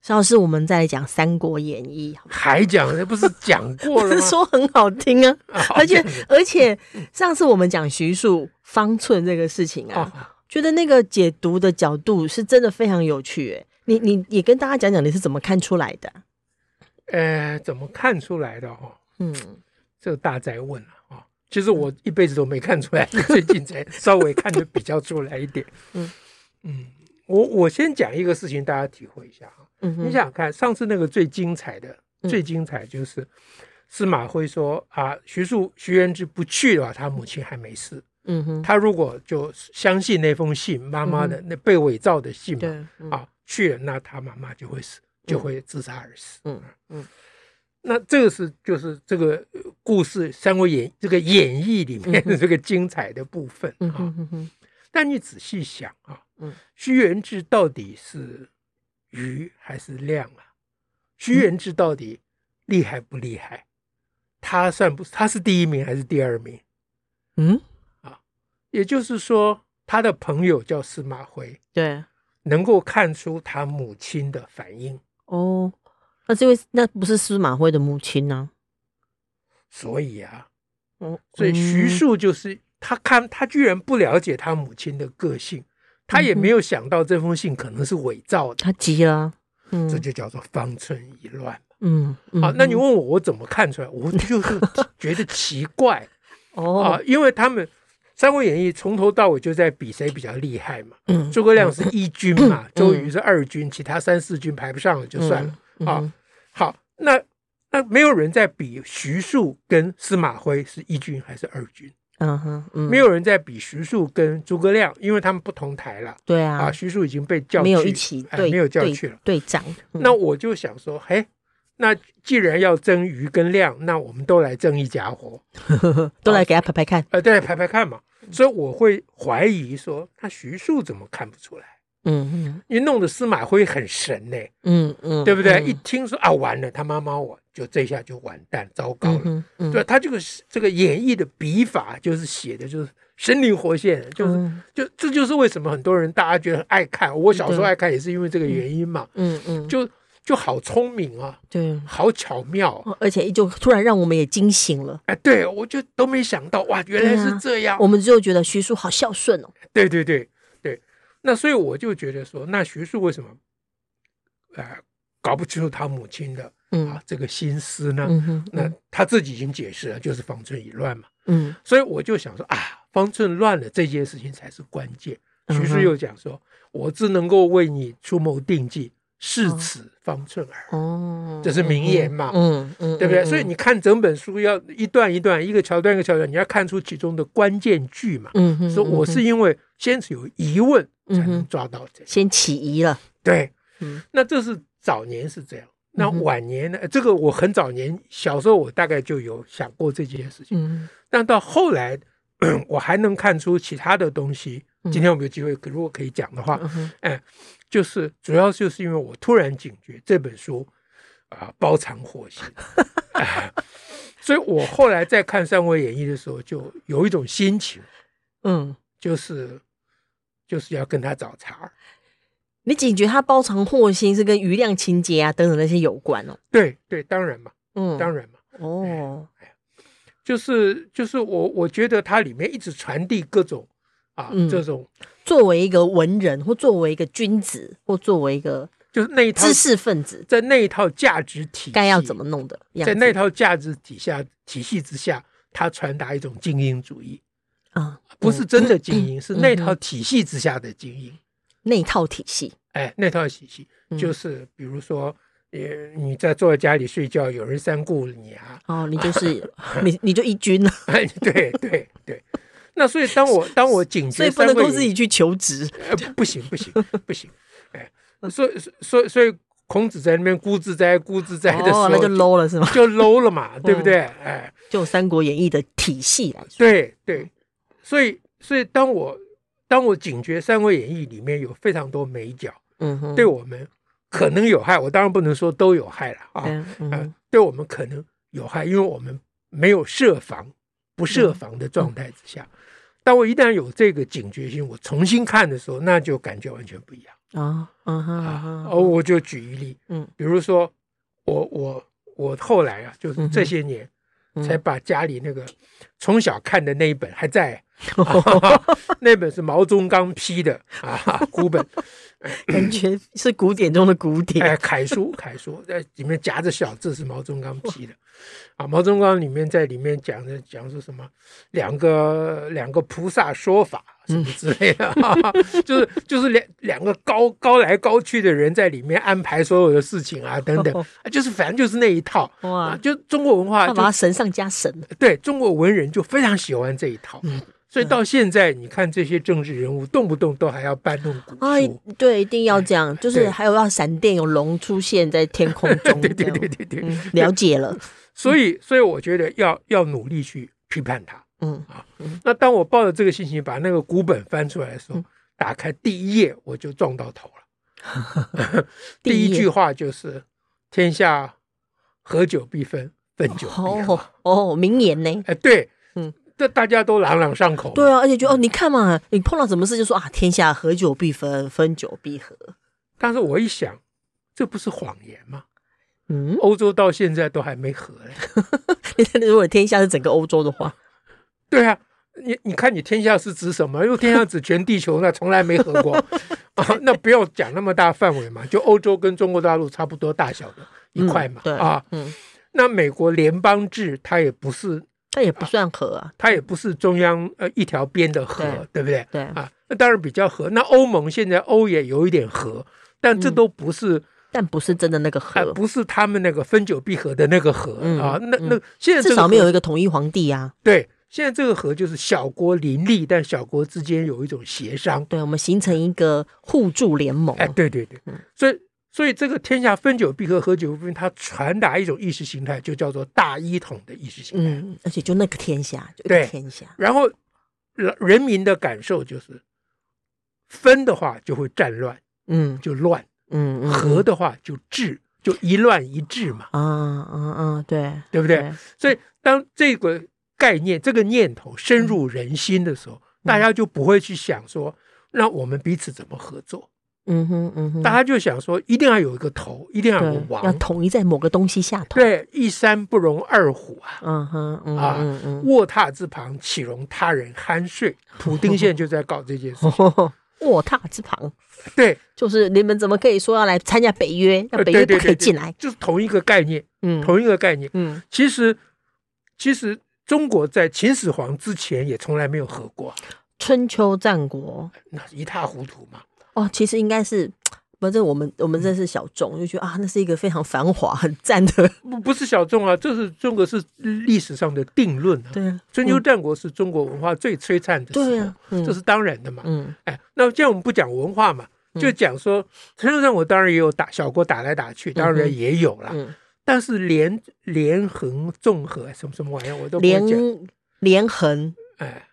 邵老师，我们再来讲《三国演义》好吗，还讲？那不是讲过了吗？ 说很好听 啊，啊好而且这样子而且上次我们讲徐庶方寸这个事情啊，哦，觉得那个解读的角度是真的非常有趣、欸。你你也跟大家讲讲你是怎么看出来的？呃，怎么看出来的哦？嗯，这个大在问了啊、哦。其实我一辈子都没看出来，最近才稍微看得比较出来一点。嗯嗯，我我先讲一个事情，大家体会一下啊。嗯你哼，想想看，上次那个最精彩的，嗯最精彩就是司马徽说啊，徐庶徐元之不去了，他母亲还没事。嗯哼，他如果就相信那封信，妈妈的那被伪造的信嗯对嘛，，嗯啊，去了，那他妈妈就会死，就会自杀而死。嗯嗯，那这个是就是这个呃故事《三国演》这个演义里面 的这个精彩的部分嗯啊哼。哼哼，但你仔细想啊嗯，屈原志到底是鱼还是亮啊？屈原志到底厉害不厉害？他算不？他是第一名还是第二名？嗯，也就是说，他的朋友叫司马徽，对，能够看出他母亲的反应，哦，那是因为那不是司马徽的母亲啊呢、所以啊，哦，所以徐嗯庶就是他看他居然不了解他母亲的个性，他也嗯哼没有想到这封信可能是伪造的，他急了啊，嗯这就叫做方寸已乱。嗯，啊嗯，那你嗯问我我怎么看出来？ 我就是觉得奇怪啊哦，，因为他们《三国演义》从头到尾就在比谁比较厉害嘛。嗯诸葛亮是一军嘛， 嗯周瑜是二军，其他三四军排不上了就算了。啊，好，那那没有人在比徐庶跟司马徽是一军还是二军，嗯哼，嗯，没有人在比徐庶跟诸葛亮，因为他们不同台了对啊啊。，徐庶已经被叫没有去一起哎对没有叫对去了。对仗，嗯那我就想说，嘿，那既然要争鱼跟量，那我们都来争一家伙，都来给他拍拍看，呃，再来排排看嘛。嗯所以我会怀疑说，那徐庶怎么看不出来？嗯因为弄得司马徽很神呢、嗯嗯嗯，对不对？嗯一听说啊，完了，他妈妈我就这下就完蛋，糟糕了。嗯哼，对，他这个这个演绎的笔法，就是写的就是神灵活现，就是、嗯就这就是为什么很多人大家觉得很爱看，我小时候对爱看也是因为这个原因嘛，嗯嗯，就就好聪明啊，对，好巧妙啊、哦而且就突然让我们也惊醒了，哎，对，我就都没想到，哇，原来对啊是这样。我们就觉得徐庶好孝顺哦，对对对对，那所以我就觉得说，那徐庶为什么，呃，搞不清楚他母亲的嗯啊这个心思呢？嗯哼，那他自己已经解释了，就是方寸已乱嘛。嗯所以我就想说啊，方寸乱了这件事情才是关键。徐嗯庶哼又讲说，我只能够为你出谋定计，是哦此方寸耳。哦，这是名言嘛嗯嗯，对不对？嗯所以你看整本书要一段一段，一个桥段一个桥段，你要看出其中的关键句嘛。嗯哼，说嗯我是因为先是有疑问才嗯能哼抓到这哼。先起疑了，对嗯，那这是早年是这样，那嗯哼晚年呢？呃这个我很早年小时候我大概就有想过这件事情，嗯但到后来 我还能看出其他的东西。嗯今天我们有机会，可如果可以讲的话，嗯哼哎，就是主要就是因为我突然警觉这本书啊、包藏 祸心。哎 所以我后来在看《三国演义》的时候，就有一种心情，嗯，就是就是要跟他找茬儿。你警觉他包藏祸心是跟余量情节啊等等那些有关哦，对对，当然嘛，嗯，当然嘛，哦，就是就是我我觉得它里面一直传递各种啊、嗯这种，作为一个文人，或作为一个君子，或作为一个就是那一套知识分子，在那一套价值体系该要怎么弄的样在子。那套价值底下体系之下，它传达一种精英主义，啊，不是真的精英，是嗯那套体系之下的精英。那套体系，哎，那套体系嗯就是比如说，呃，你在坐在家里睡觉，有人三顾你啊， 哦，你就是 你，你就一军了，哎，对对对。那所以当我当我警所以觉不三能位够自己去求职。呃，不不行不行不行，哎，所以所以所以孔子在那边咕自在咕自在的时候，哦，那就 low 嗯了是吗？就 low 了嘛，对不对？哎，就《三国演义》的体系来说，对对，所以所以当我当我警觉《三国演义》里面有非常多美角，嗯哼，对我们可能有害，我当然不能说都有害了啊，对啊，嗯呃哼，对我们可能有害，因为我们没有设防、不嗯设防的状态之下。当我一旦有这个警觉性，我重新看的时候，那就感觉完全不一样啊，嗯哼，嗯啊哼。哦，我就举一例，嗯，比如说我我我后来啊，就嗯是哼这些年嗯才把家里那个从小看的那一本还在。啊那本是毛宗岗批的啊，古本，感觉是古典中的古典，哎，楷书，楷书，在里面夹着小字是毛宗岗批的，啊，毛宗岗里面在里面讲的讲说什么两个两个菩萨说法什么之类的，哈哈，嗯 就是就是两两个高高来高去的人在里面安排所有的事情啊等哦等，啊就是反正就是那一套啊，哇，就中国文化他就把它神上加神了，对中国文人就非常喜欢这一套。嗯所以到现在，你看这些政治人物动不动都还要搬弄古哎书，，对，一定要这样，就是呃对还有要闪电有龙出现在天空中， 对对这样对对对，嗯，了解了，所以，所以我觉得要要努力去批判它。嗯那当我抱着这个信心把那个古本翻出来的时嗯候，打开第一页我就撞到头了。 第第一一页句话就是“天下合久必分，分久必合”哦哦，名言呢？哎，对，嗯嗯，这大家都朗朗上口。对，啊，而且就哦，你看嘛，你碰到什么事就说啊，天下合久必分，分久必合。但是我一想，这不是谎言吗？嗯， 欧洲到现在都还没合嘞。如果天下是整个欧洲的话，对啊，你你看你天下是指什么？因为天下指全地球，那从来没合过啊。那不要讲那么大范围嘛，就欧洲跟中国大陆差不多大小的一块嘛、嗯对啊。嗯，那美国联邦制它也不是，但也不算合啊，它也不是中央呃一条边的河，对不对？对啊，那当然比较合。那欧盟现在欧也有一点合，但这嗯都不是、但不是真的那个啊合，不是他们那个分久必合的那个合、嗯啊。那嗯那现在这至个少没合有一个统一皇帝啊。对，现在这个和就是小国林立，但小国之间有一种协商。对，我们形成一个互助联盟。哎，对对对，嗯所以所以这个天下分久必合，合久必分，它传达一种意识形态，就叫做大一统的意识形态。嗯，而且就那个天下，就一个对天下。然后人人民的感受就是，分的话就会战乱，嗯就乱；嗯嗯，合的话就治，就一乱一治嘛，啊啊啊，对对不对？，所以当这个概念、这个念头深嗯入人心的时候，大家就不会去想说，那我们彼此怎么合作？嗯哼嗯哼，大家就想说，一定要有一个头，一定要有个对要王，统一在某个东西下头。对，一山不容二虎啊！嗯哼嗯啊嗯嗯卧榻之旁，岂容他人酣睡？普丁现在就在搞这件事，嗯， 卧榻之旁，对，就是你们怎么可以说要来参加北约？那呃北对约对不对，可以对进来。就是同一个概念，嗯同一个概念。嗯，其实，其实中国在秦始皇之前也从来没有合过，啊春秋战国那一塌糊涂嘛。哦，其实应该是。反正我们我们这是小众，就觉得啊，那是一个非常繁华、 很赞的，不不是小众啊，这是中国是历史上的定论啊。对 啊，春秋战国是中国文化最璀璨的时对候啊，，嗯这是当然的嘛。嗯哎，那这样我们不讲文化嘛，就讲说，陈秋战国当然也有打小国打来打去，当嗯然也有啦。嗯，但是连连横纵横哎什么什么玩意儿，我都不会连讲。连横哎，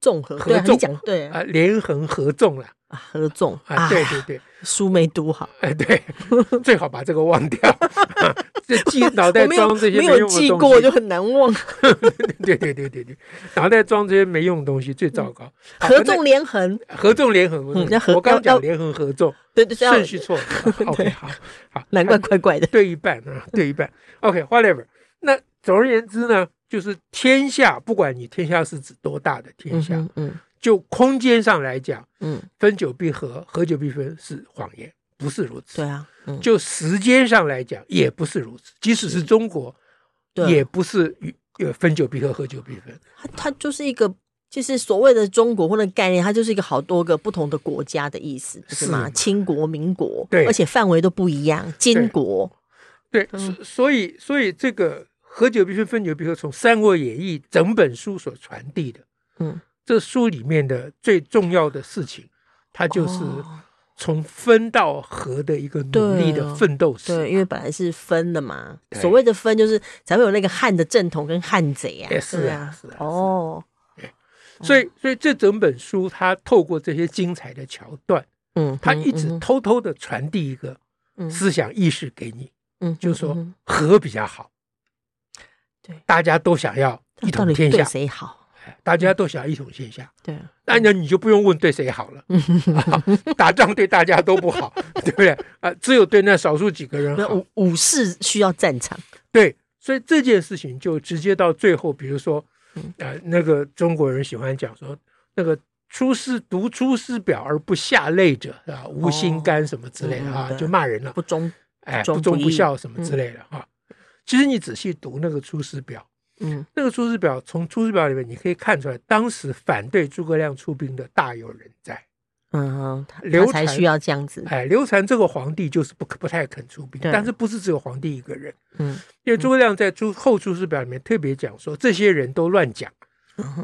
纵合，合对啊，你纵讲对啊，啊，连横合纵啦，啊合纵哎啊，对对对，书没读好，哎 对，最好把这个忘掉，这记脑 袋我没有装这些没没用有的记东过，我西就。很难 忘。对对对对对，脑袋装这些没用的东西最糟糕。好嗯合那纵连横，合纵连横，合纵嗯那合我要刚要讲连横合纵，对对对啊顺，序错了。啊 OK，好好，难怪怪怪的。对一半 啊，对一半。OK，whatever、那总而言之呢，就是天下，不管你天下是指多大的天嗯下，哼嗯就空间上来讲，嗯，分久必合，合久必分是谎言，不是如此。对啊，嗯就时间上来讲，也不是如此。即使是中国，对啊也不是与呃分久必合，合久必分。它它就是一个。就是所谓的中国或者概念，它就是一个好多个不同的国家的意思，不是是吗？清国、民国，对而且范围都不一样。金国，对，嗯所所以所以这个合久必分，分久必合，从《三国演义》整本书所传递的，嗯，这书里面的最重要的事情，它就是哦从分到合的一个努对力的啊奋斗史。对，因为本来是分的嘛，对所谓的分就是才会有那个汉的正统跟汉贼啊，哎是啊对是啊哦，所以，所以这整本书它透过这些精彩的桥段，嗯，它一直嗯偷偷的传递一个嗯思想意识给你，嗯嗯就嗯说嗯和比较好。对大家都想要一到统底天对下，谁好？大家都想要一统天下。对嗯啊，当然，你就不用问对谁好了、啊 打仗对大家都不好， 对不对？啊，只有对那少数几个人那好武。武士需要战场，对，所以这件事情就直接到最后，比如说，嗯呃，那个中国人喜欢讲说，那个出师读出师表而不下泪者啊，无哦心肝什么之类的嗯啊，对就骂人了不，忠，哎，忠不忠不不义嗯孝什么之类的啊。其实你仔细读那个《出师表》，嗯那个《出师表》从《出师表》里面你可以看出来，当时反对诸葛亮出兵的大有人在。嗯，他他呃刘才禅需要这样子，哎，刘禅这个皇帝就是不不太肯出兵，对但是不是只有皇帝一个人？嗯因为诸葛亮在《诸后出师表》里面特别讲说，这些人都 乱讲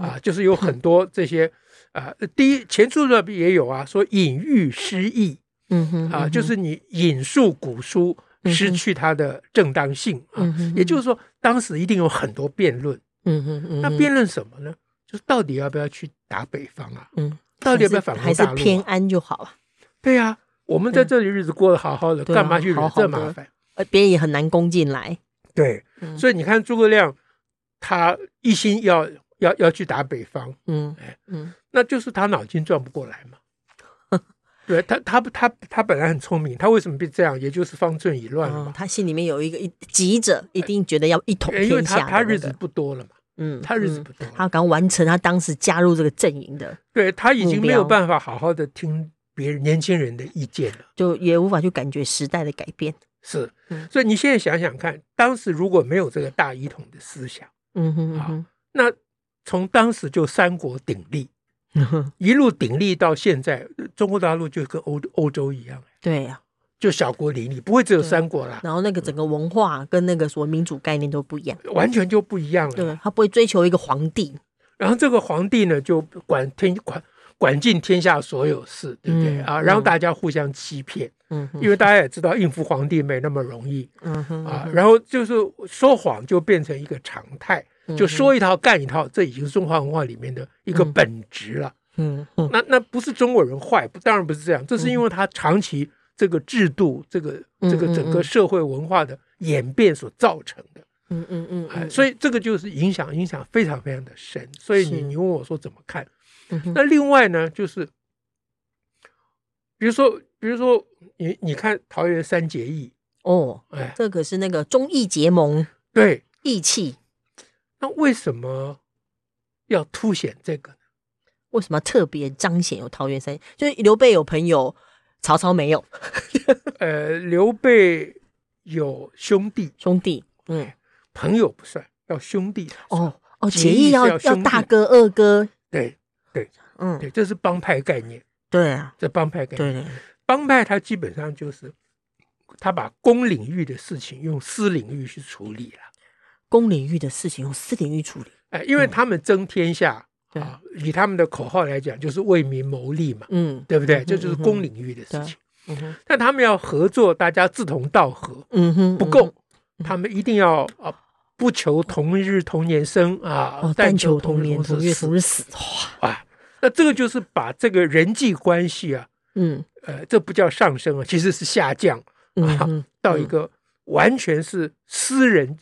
啊，就是有很多这些啊、呃第一前出师表也有啊，说隐喻失义嗯哼啊，就是你引述古书失去它的正当性啊，嗯哼也就是说，当时一定有很多辩论，嗯哼嗯哼，那辩论什么呢？就是到底要不要去打北方啊？嗯到底要不要还反是攻大陆、还啊？是偏安就好啊，对呀、我们在这里日子过得好好的，对啊干嘛去惹好好这的麻烦？呃，别人也很难攻进来，对，嗯所以你看诸葛亮，他一心要要要去打北方，嗯哎嗯那就是他脑筋转不过来 嘛。对他，他他他本来很聪明，他为什么变这样？也就是方寸已乱了嗯，嘛，他心里面有一个一急着，一定觉得要一统哦天因为下他的他那个日子不多了嘛，嗯，他日子嗯不多了他刚完成他当时加入这个阵营的，对他已经目没标有办法好好的听别人年轻人的意见了。就也无法去感觉时代的改变。是嗯，所以你现在想想看，当时如果没有这个大一统的思想，嗯哼好嗯那从当时就三国鼎立，嗯哼，一路鼎立到现在，呃中国大陆就跟欧欧洲一样， 对呀、就小国林立，不会只有对三国啦，然后那个整个文化跟那个什么民主概念都不一样，完全就不一样了。对他不会追求一个皇帝，然后这个皇帝呢，就管天管管尽天下所有事，对不对、嗯啊？嗯然后大家互相欺骗，嗯哼因为大家也知道应付皇帝没那么容易嗯哼啊。然后就是说谎就变成一个常态，嗯就说一套干一套，这已经是中华文化里面的一个本质了。嗯哼那那不是中国人坏，不当然不是这样，这是因为他长期这个制度、这个嗯这个整个社会文化的演变所造成的。嗯嗯嗯哎，嗯，所以这个就是影响影响非常非常的深。所以是你你问我说怎么看？嗯哼那另外呢，就是比如说比如说你你看桃园三结义，哦，哎，这可是那个忠义结盟对，义气，那为什么要凸显这个呢？为什么要特别彰显有桃园三？就是刘备有朋友，曹操没有呃，刘备有兄弟兄弟，嗯朋友不算，要兄弟才算哦哦，结结义义是要要兄弟大哥二哥，对嗯对，这是帮派概念，对啊这帮派概念。对的，帮派它基本上就是，他把公领域的事情用私领域去处理了。公领域的事情用私领域处理，哎，因为他们争天下、嗯对啊，以他们的口号来讲，就是为民谋利嘛，嗯对不对？嗯这就是公领域的事情。嗯哼但他们要合作，大家志同道合嗯哼不够，他们一定要啊，不求同日同年生啊哦，，但求求同日年同日月死同日死，哇，啊。那这个就是把这个人际关系啊，嗯呃，这不叫上升啊，其实是下降。 嗯啊哼到一个完全是私人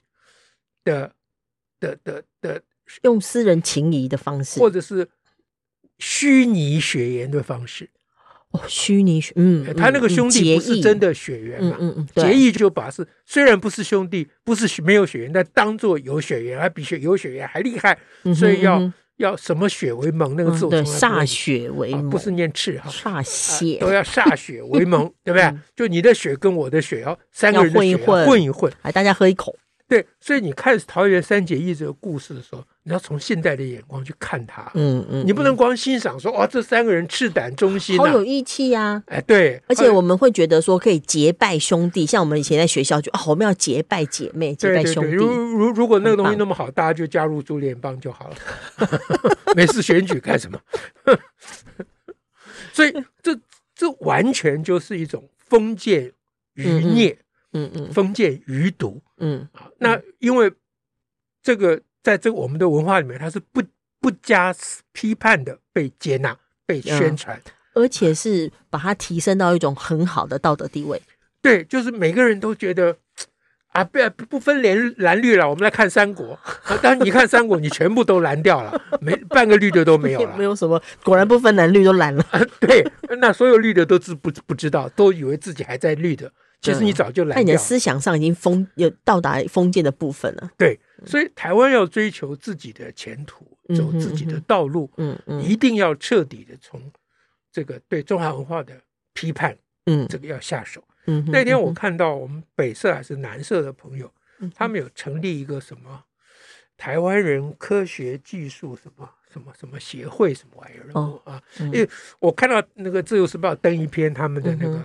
的的的的，用私人情谊的方式或，者是虚拟血缘的方式。哦，虚拟学，嗯，哎他那个兄弟不是真的，的血缘嗯嘛？嗯嗯，结对，义就把是虽然不是兄弟，不是血没有血缘，但当做有血缘，还比血有血缘还厉害，嗯哼所以要、嗯要什么血为盟那个嗯字我从对，来不会歃血为啊盟，不是念赤哈。歃啊血，嗯都要歃血 为盟，对不对？就你的血跟我的血，要三个要人的混一血要混混一混，来哎大家喝一口，对，所以你看桃园三结义这个故事的时候，你要从现代的眼光去看它，嗯嗯，你不能光欣赏说哇、哦这三个人赤胆忠心、好啊，有义气呀。哎对，而且我们会觉得说可以结拜兄弟，像我们以前在学校就哦，我们要结拜姐妹、结对拜对兄对，弟，如如如果那个东西很棒那么好，大家就加入朱联邦就好了， 没事选举干什么？所以这这完全就是一种封建余孽、嗯嗯封建余毒嗯啊。那因为这个在这个我们的文化里面，它是不不加批判的被接纳、被嗯宣传。而且是把它提升到一种很好的道德地位。对，就是每个人都觉得。啊，不不分蓝蓝绿了，我们来看三国。 啊、当然你看三国，你全部都蓝掉了，没半个绿的都没有也 了没。有什么，果然不分蓝绿都蓝了，对，那所有绿的都知不不知道，都以为自己还在绿的，其实你早就嗯那蓝你的掉了。思想上已经封有到达封建的部分了。对，所以台湾要追求自己的前途，嗯走哼自己嗯的哼道路，嗯嗯一定要彻底的从这个对中华文化的批判，嗯这个要下手。嗯哼。那天我嗯看到我们北社还是南社的朋友，哼他们有成立一个什么台湾人科学技术什么什么什么协会什么玩意儿哦啊？嗯因为我看到那个《自由时报》登一篇他们的那嗯个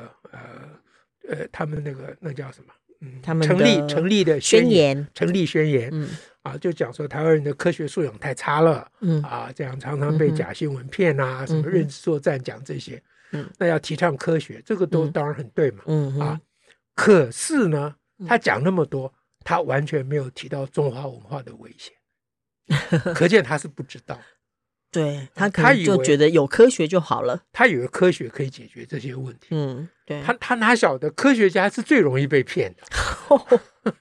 呃呃，他们那个那叫什么？嗯，他们成立的成立的嗯宣言，言，成立宣言嗯啊，就讲说台湾人的科学素养太差了嗯啊，这样常常被嗯哼假新闻骗啊，什嗯么哼认知作战讲这些嗯。那要提倡科学，这个都嗯当然很对嘛。嗯哼啊，可是呢，他讲那么多，他完全没有提到中华文化的危 险，可见他是不知道，对他可他能以就为觉得有科学就好了。他以为科学可以解决这些问题。嗯，对，他他哪晓得科学家是最容易被骗的，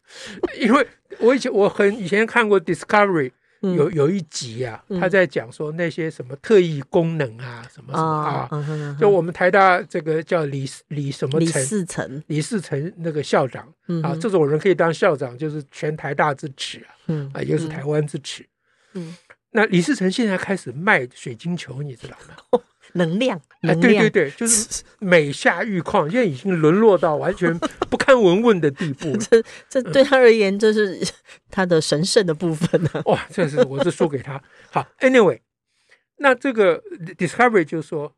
因为我以前我很以前看过 Discovery 嗯有有一集啊，嗯他在讲说那些什么特异功能啊什么什么啊啊，，嗯哼嗯就哼我们台大这个叫李李什么李成四成，李世成那个校长嗯啊哼，这种人可以当校长，就是全台大之耻啊，嗯啊，也就是台湾之耻。嗯，那李世成现在开始卖水晶球，你知道吗？能量，哎，能对量对，对，就是美下玉矿，现在已经沦落到完全不堪闻问的地 步了。这嗯对他而言，这是 他的神圣的部分啊 呢。哇，这是我是输给他。好，anyway，那这个 Discovery 就说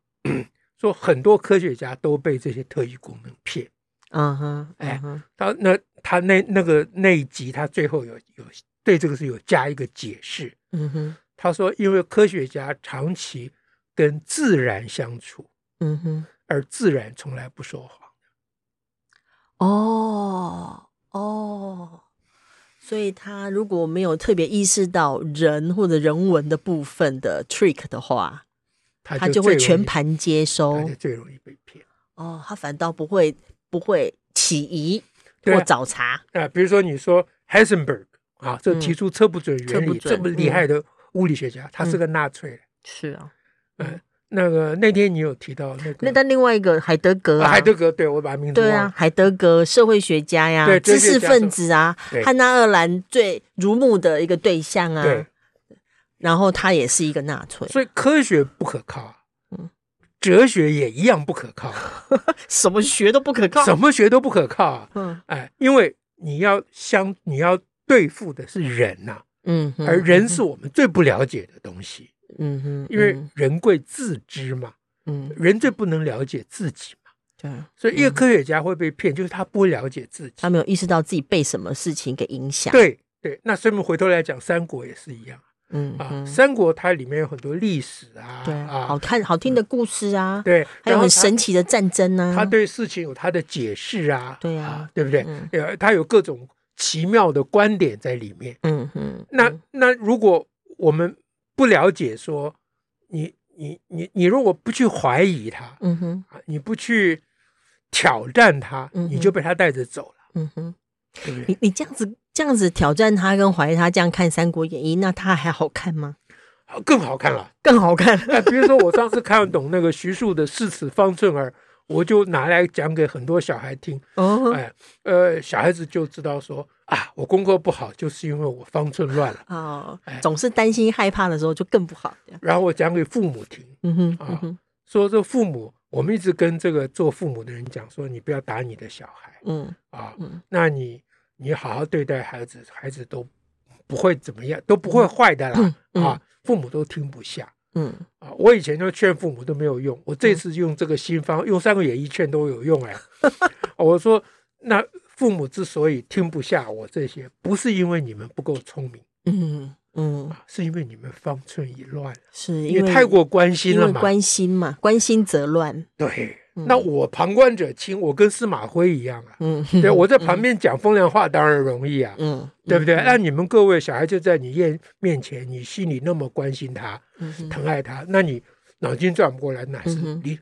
说很多科学家都被这些特异功能骗。嗯哼，哎嗯哼，他那他那那个那一集，他最后有有对这个是有加一个解释。嗯哼，他说，因为科学家长期跟自然相处，嗯哼，而自然从来不说谎。哦哦，所以他如果没有特别意识到人或者人文的部分的 trick 的话，他他就会最容易全，盘哦接他收就。最容易被骗。哦，他反倒不会不会起疑对啊或找茬。啊、比如说你说 Heisenberg 啊，这嗯提出测不准测原不理、准嗯这么厉害的物理学家，他是个纳粹人。是啊，嗯、那个那天你有提到那个那但另外一个海德格啊啊，海德格，对我把名字对忘啊了，，海德格社会学家呀，对知哲学识家分子啊对，汉娜·二兰最如目的一个对象啊。对，然后他也是一个纳粹，所以科学不可靠啊嗯，哲学也一样不可靠啊， 什么学都不可靠。什么学都不可靠啊！嗯哎，因为你要相，你要对付的是人呐、嗯哼，而人是我们最不了解的东西，嗯哼，因为嗯人贵自知嘛，嗯人最不能了解自己嘛，对，啊所以一个科学家会被骗，就是他不了解自己他。没有意识到自己被什么事情给影响。，对对，那所以我们回头来讲三国也是一样嗯啊，哼，三国它里面有很多历史啊，对，好啊，看好听的故事啊，对，还有然后很它神奇的战争啊。他对事情有他的解释啊，对啊对不对嗯？呃、他有各种奇妙的观点在里面。嗯哼，那嗯那如果我们不了解说，你你你你如果不去怀疑他嗯哼啊，你不去挑战他，嗯哼你就被他带着走了，嗯哼，对不对？你你这样子这样子挑战他跟怀疑他，这样看《三国演义》，那他还好看吗？好更好看 了。更好看。那哎比如说我上次看懂那个徐庶的《誓词方寸耳》，我就拿来讲给很多小孩听。 哦，哎，呃，小孩子就知道说啊，我功课不好，就是因为我方寸乱了。 哦哎，总是担心害怕的时候就更不好。这样然后我讲给父母听，嗯哼，啊嗯哼，说这父母，我们一直跟这个做父母的人讲说，你不要打你的小孩嗯啊，嗯那你你好好对待孩子，孩子都不会怎么样，都不会坏的啦、嗯啊，父母都听不下。嗯，啊，我以前就劝父母都没有用，我这次用这个新方，用《三国演义》劝都有用哎。 我说，那父母之所以听不下我这些，不是因为你们不够聪明嗯嗯，啊，是因为你们方寸已乱了，是因因为为太过关心因了为嗯嘛。关心嘛，关心则乱。对，那我旁观者清，我跟司马徽一样啊，嗯对，我在旁边讲风凉话当然容易啊，嗯，对不对？那你们各位小孩就在你面面前，你心里那么关心他、嗯哼疼爱他，那你脑筋转不过来，那是嗯你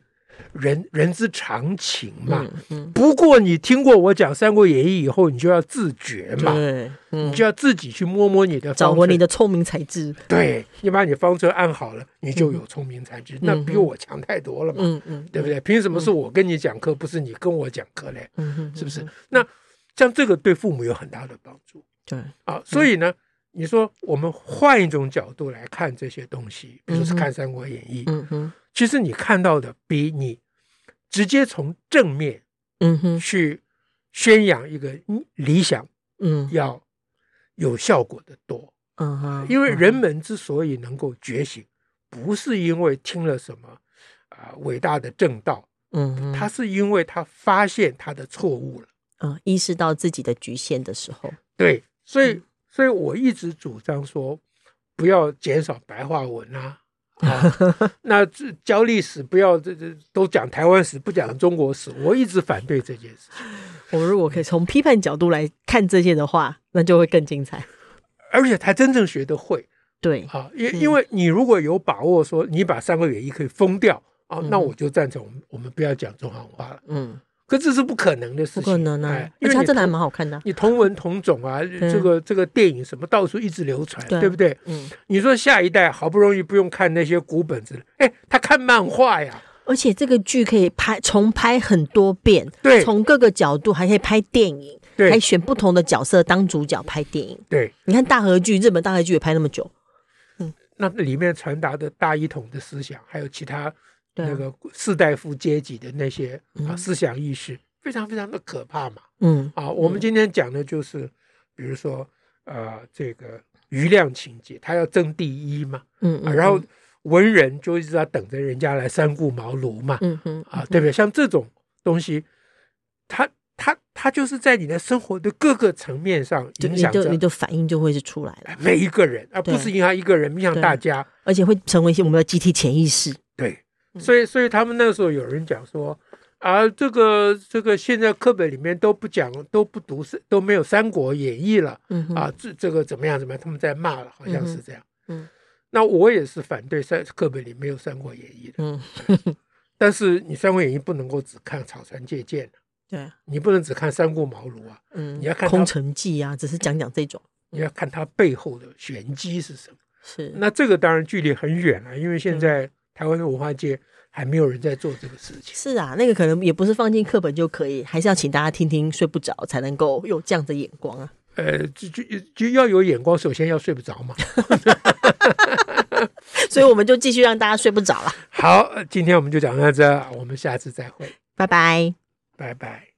人人之常情嘛。嗯嗯，不过你听过我讲《三国演义》以后，你就要自觉嘛，对，嗯你，就要自己去摸摸你的方找回你寸。的聪明才智，对，你把你方寸按好了，你就有聪明才智，那比我强太多了嘛。嗯嗯对不对？凭什么是我跟你讲课，不是你跟我讲课嘞？嗯哼，是不是？那像这个对父母有很大的帮助对，啊。所嗯以呢，你说我们换一种角度来看这些东西，比如说是看《三国演义》，嗯哼其实你看到的比你直接从正面嗯哼去宣扬一个理想嗯要有效果的多。嗯哼，因为人们之所以能够觉醒，不是因为听了什么啊、伟大的正道。嗯哼他是因为他发现他的错误了，嗯意识到自己的局限的时候，对，所嗯以所以我一直主张说，不要减少白话文 啊，啊那这教历史不要这这都讲台湾史，不讲中国史，我一直反对这件事情，我们如果可以从批判角度来看这些的话，那就会更精彩。而且他真正学得会对，啊，因因为你如果有把握说你把《三国演义》可以封掉啊，那我就赞成我们我们不要讲中行话了，嗯，可这是不可能的事不情，可能啊哎，而且因为它你真的还不蛮好看的啊。你同文同种啊，这个这个电影什么到处一直流传，对对不对？嗯，你说下一代好不容易不用看那些古本子了，哎，他看漫画呀，而且这个剧可以拍重拍很多遍，对从各个角度还可以拍电影，对还选不同的角色当主角拍电影。对，你看大和剧，日本大和剧也拍那么久，那里面传达的大一统的思想，还有其他对啊那个士大夫阶级的那些啊思想意识，非常非常的可怕嘛。嗯啊，我们今天讲的就是，比如说呃，这个余量情节，他要争第一嘛，嗯啊嗯，然后文人就一直要等着人家来三顾茅庐嘛，嗯哼，啊，对不对？像这种东西，它它它就是在你的生活的各个层面上就影你响就着你的反应就会是出来了，哎每一个人，而不对是影响一个人，影响对大家。而且会成为一些我们的集体潜意识。对，嗯所以所以他们那时候有人讲说。啊，这个这个现在课本里面都不讲，都不读是都没有《三国演义》了嗯哼，啊，这这个怎么样怎么样？他们在骂了，好像是这样。嗯嗯那我也是反对三课本里没有《三国演义》的，嗯，但是你《三国演义》不能够只看草船借箭，对啊，你不能只看三顾茅庐啊，嗯，你要看它空城计》啊，只是讲讲这种，你要看它背后的玄机是什么。是，那这个当然距离很远了、因为现在台湾的文化界还没有人在做这个事情。是啊，那个可能也不是放进课本就可以，还是要请大家听听，睡不着才能够有这样的眼光啊。呃，就就就要有眼光，首先要睡不着嘛。所以我们就继续让大家睡不着了，好，呃今天我们就讲到这，我们下次再会，拜拜。拜拜。